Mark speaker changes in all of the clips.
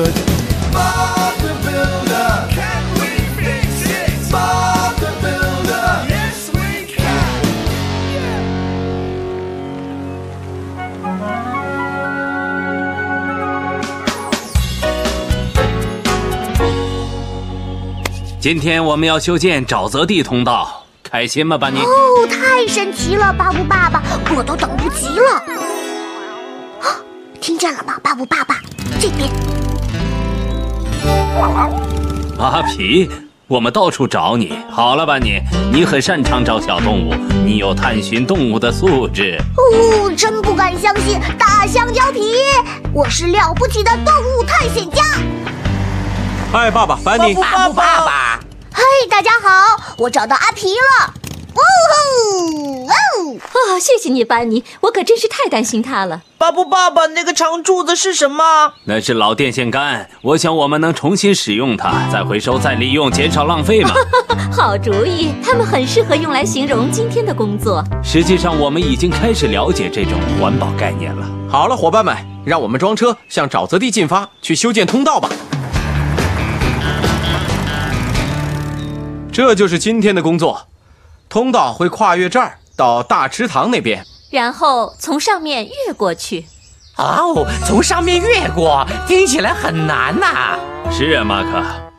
Speaker 1: Bob the Builder. Can we fix it? Bob the Builder. Yes, we can.
Speaker 2: 今天我们要修建沼泽地通道，开心吗，班尼？
Speaker 3: 哦，太神奇了，巴布爸爸，我都等不及了。啊，听见了吗，巴布爸爸？这边，
Speaker 2: 阿皮，我们到处找你。好了，班尼，你很擅长找小动物，你有探寻动物的素质。
Speaker 3: 哦，真不敢相信，大香蕉皮，我是了不起的动物探险家。
Speaker 4: 哎，爸爸，班尼，
Speaker 1: 爸爸爸，
Speaker 3: 嘿，大家好，我找到阿皮了。哦吼，哦，
Speaker 5: 哦，谢谢你，班尼，我可真是太担心他了。
Speaker 1: 巴布爸爸，那个长柱子是什么？
Speaker 2: 那是老电线杆，我想我们能重新使用它，再回收、再利用，减少浪费嘛。
Speaker 5: 好主意，他们很适合用来形容今天的工作。
Speaker 2: 实际上，我们已经开始了解这种环保概念了。
Speaker 4: 好了，伙伴们，让我们装车向沼泽地进发，去修建通道吧。这就是今天的工作，通道会跨越这儿到大池塘那边。
Speaker 5: 然后从上面越过去，
Speaker 6: 哦，从上面越过，听起来很难呐、
Speaker 2: 是啊，马克，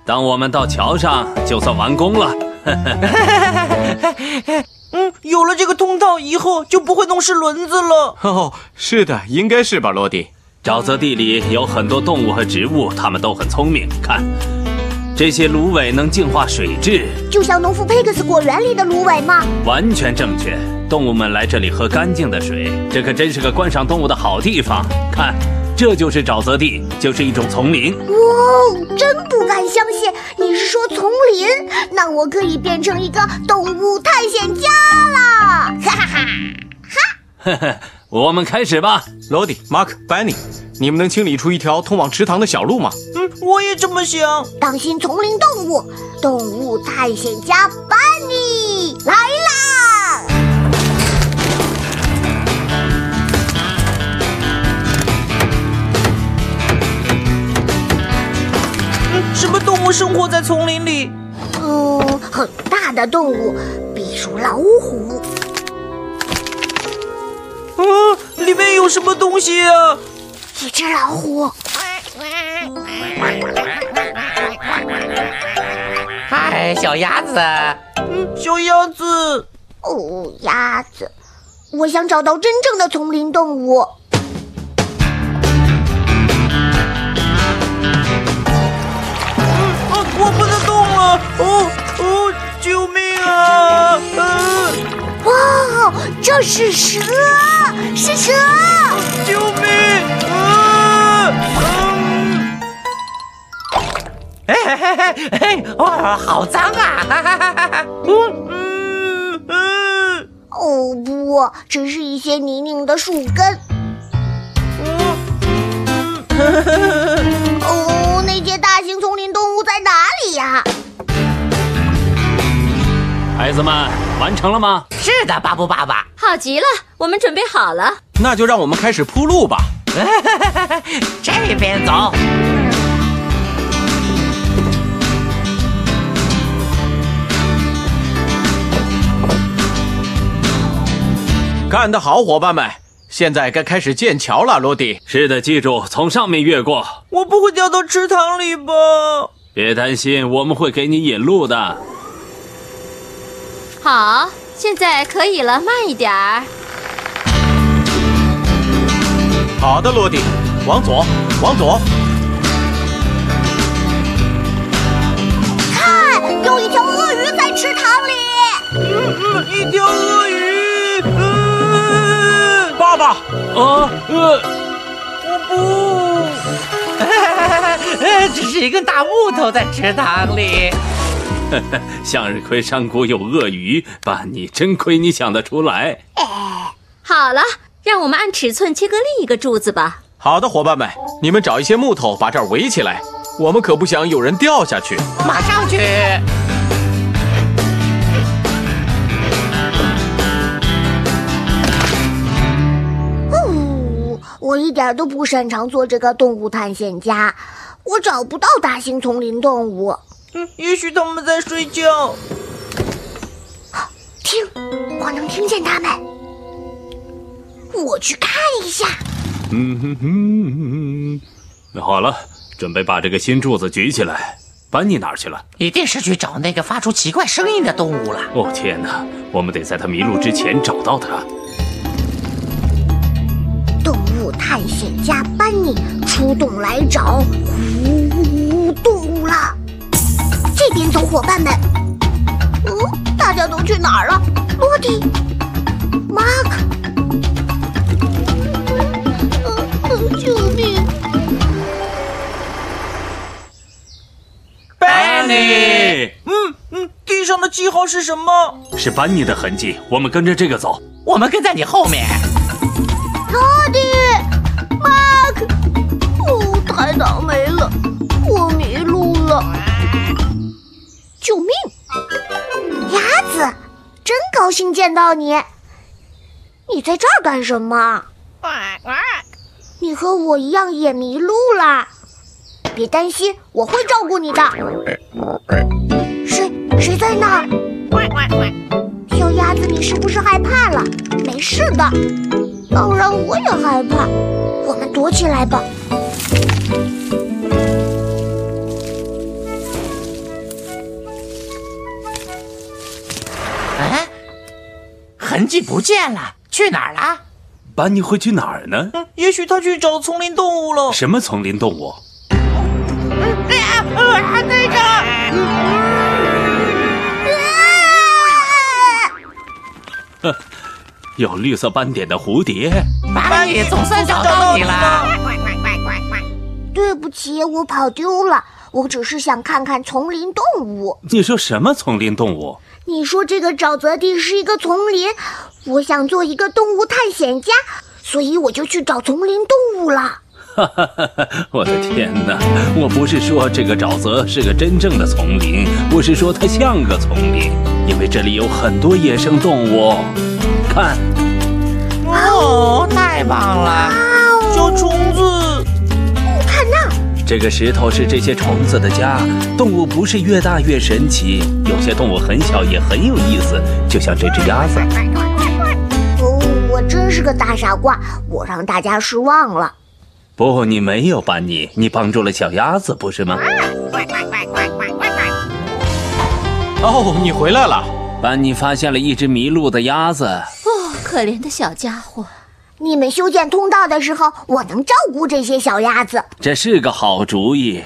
Speaker 2: 当我们到桥上，就算完工了。
Speaker 1: 嗯，有了这个通道以后，就不会弄湿轮子了。
Speaker 4: 哦，是的，应该是吧，罗迪。
Speaker 2: 沼泽地里有很多动物和植物，它们都很聪明。看，这些芦苇能净化水质，
Speaker 3: 就像农夫佩克斯果园里的芦苇吗？
Speaker 2: 完全正确。动物们来这里喝干净的水，这可真是个观赏动物的好地方。看，这就是沼泽地，就是一种丛林。
Speaker 3: 哦，真不敢相信，你是说丛林？那我可以变成一个动物探险家啦！哈哈哈。
Speaker 2: 呵呵，我们开始吧。
Speaker 4: 罗迪、马克、班尼，你们能清理出一条通往池塘的小路吗？
Speaker 1: 嗯，我也这么想。
Speaker 3: 当心丛林动物！动物探险家班尼来啦！
Speaker 1: 嗯，什么动物生活在丛林里？
Speaker 3: 嗯，很大的动物，比如老虎。
Speaker 1: 嗯，里面有什么东西啊？
Speaker 3: 一只老虎，
Speaker 6: 嗨，小鸭子，
Speaker 1: 嗯，小鸭子。
Speaker 3: 哦，鸭子。我想找到真正的丛林动物。
Speaker 1: 啊，我不能动了！哦哦，救命啊！呃，
Speaker 3: 哇，这是蛇，是蛇！
Speaker 1: 救命！啊！嗯，
Speaker 6: 哎嘿嘿嘿，哇，好脏啊！哈哈哈哈
Speaker 1: 嗯嗯
Speaker 3: 哦不，只是一些泥泞的树根。嗯哦，那些大型丛林动物在哪里呀、
Speaker 2: 孩子们，完成了吗？
Speaker 6: 是的，巴布爸爸，
Speaker 5: 好极了，我们准备好了。
Speaker 4: 那就让我们开始铺路吧。
Speaker 6: 这边走，
Speaker 4: 干得好，伙伴们！现在该开始建桥了，罗迪。
Speaker 2: 是的，记住，从上面越过。
Speaker 1: 我不会掉到池塘里吧？
Speaker 2: 别担心，我们会给你引路的。
Speaker 5: 好，现在可以了，慢一点儿。
Speaker 4: 好的，罗迪，往左，往左。
Speaker 3: 看，有一条鳄鱼在池塘里。
Speaker 1: 嗯，一条鳄鱼。嗯，
Speaker 4: 爸爸，
Speaker 2: 啊，呃，
Speaker 1: 我不。
Speaker 6: 呃，只是一根大木头在池塘里。
Speaker 2: 向日葵山谷有鳄鱼，把你真亏你想得出来。
Speaker 5: 好了，让我们按尺寸切割另一个柱子吧。
Speaker 4: 好的，伙伴们，你们找一些木头把这儿围起来，我们可不想有人掉下去。
Speaker 6: 马上去，
Speaker 3: 哦一点都不擅长做这个动物探险家，我找不到大型丛林动物。
Speaker 7: 嗯，也许他们在睡觉。
Speaker 3: 听，我能听见它们。我去看一下。
Speaker 2: 嗯哼哼哼，好了，准备把这个新柱子举起来。班尼哪儿去了？
Speaker 6: 一定是去找那个发出奇怪声音的动物了。
Speaker 2: 哦天哪，我们得在他迷路之前找到他。
Speaker 3: 动物探险家班尼出动来找呜呜呜动物了。这边走，伙伴们。嗯，大家都去哪儿了？罗迪、马克，嗯嗯，救命！
Speaker 2: 班尼，
Speaker 7: 嗯嗯，地上的记号是什么？
Speaker 2: 是班尼的痕迹，我们跟着这个走。
Speaker 6: 我们跟在你后面。
Speaker 3: 罗迪、马克，哦，太倒霉了，我迷路了，救命！鸭子，真高兴见到你，你在这儿干什么？你和我一样也迷路啦，别担心，我会照顾你的。谁谁在那儿？小鸭子，你是不是害怕了？没事的。当然，我也害怕。我们躲起来吧。
Speaker 6: 哎，痕迹不见了，去哪儿了？
Speaker 2: 班尼会去哪儿呢？
Speaker 7: 嗯，也许他去找丛林动物了。
Speaker 2: 什么丛林动物？有绿色斑点的蝴蝶。
Speaker 6: 巴尼总算找到你了。
Speaker 3: 对不起，我跑丢了。我只是想看看丛林动物。
Speaker 2: 你说什么丛林动物？
Speaker 3: 你说这个沼泽地是一个丛林，我想做一个动物探险家，所以我就去找丛林动物了。
Speaker 2: 哈哈哈哈！我的天哪！我不是说这个沼泽是个真正的丛林，我是说它像个丛林，因为这里有很多野生动物。看，
Speaker 6: 哦，太棒了！
Speaker 7: 小虫子，
Speaker 3: 看那儿，
Speaker 2: 这个石头是这些虫子的家。动物不是越大越神奇，有些动物很小也很有意思，就像这只鸭子。
Speaker 3: 哦，我真是个大傻瓜，我让大家失望了。
Speaker 2: 不，你没有班尼，你帮助了小鸭子，不是吗？
Speaker 4: 哦，你回来了。
Speaker 2: 班尼发现了一只迷路的鸭子。
Speaker 5: 哦，可怜的小家伙，
Speaker 3: 你们修建通道的时候，我能照顾这些小鸭子。
Speaker 2: 这是个好主意，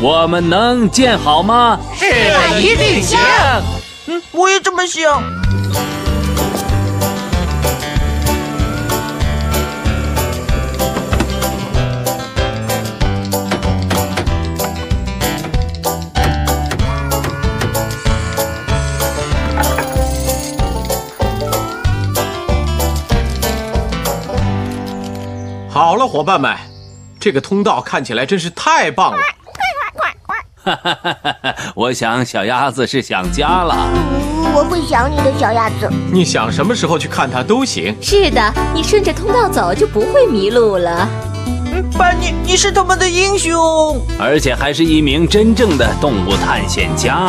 Speaker 2: 我们能建好吗？
Speaker 6: 是的，一定行。
Speaker 7: 嗯，我也这么想。
Speaker 4: 好了，伙伴们，这个通道看起来真是太棒了。
Speaker 2: 我想小鸭子是想家了。
Speaker 3: 嗯，我会想你的小鸭子。
Speaker 4: 你想什么时候去看它都行。
Speaker 5: 是的，你顺着通道走就不会迷路了。
Speaker 7: 嗯，班尼，你是他们的英雄。
Speaker 2: 而且还是一名真正的动物探险家。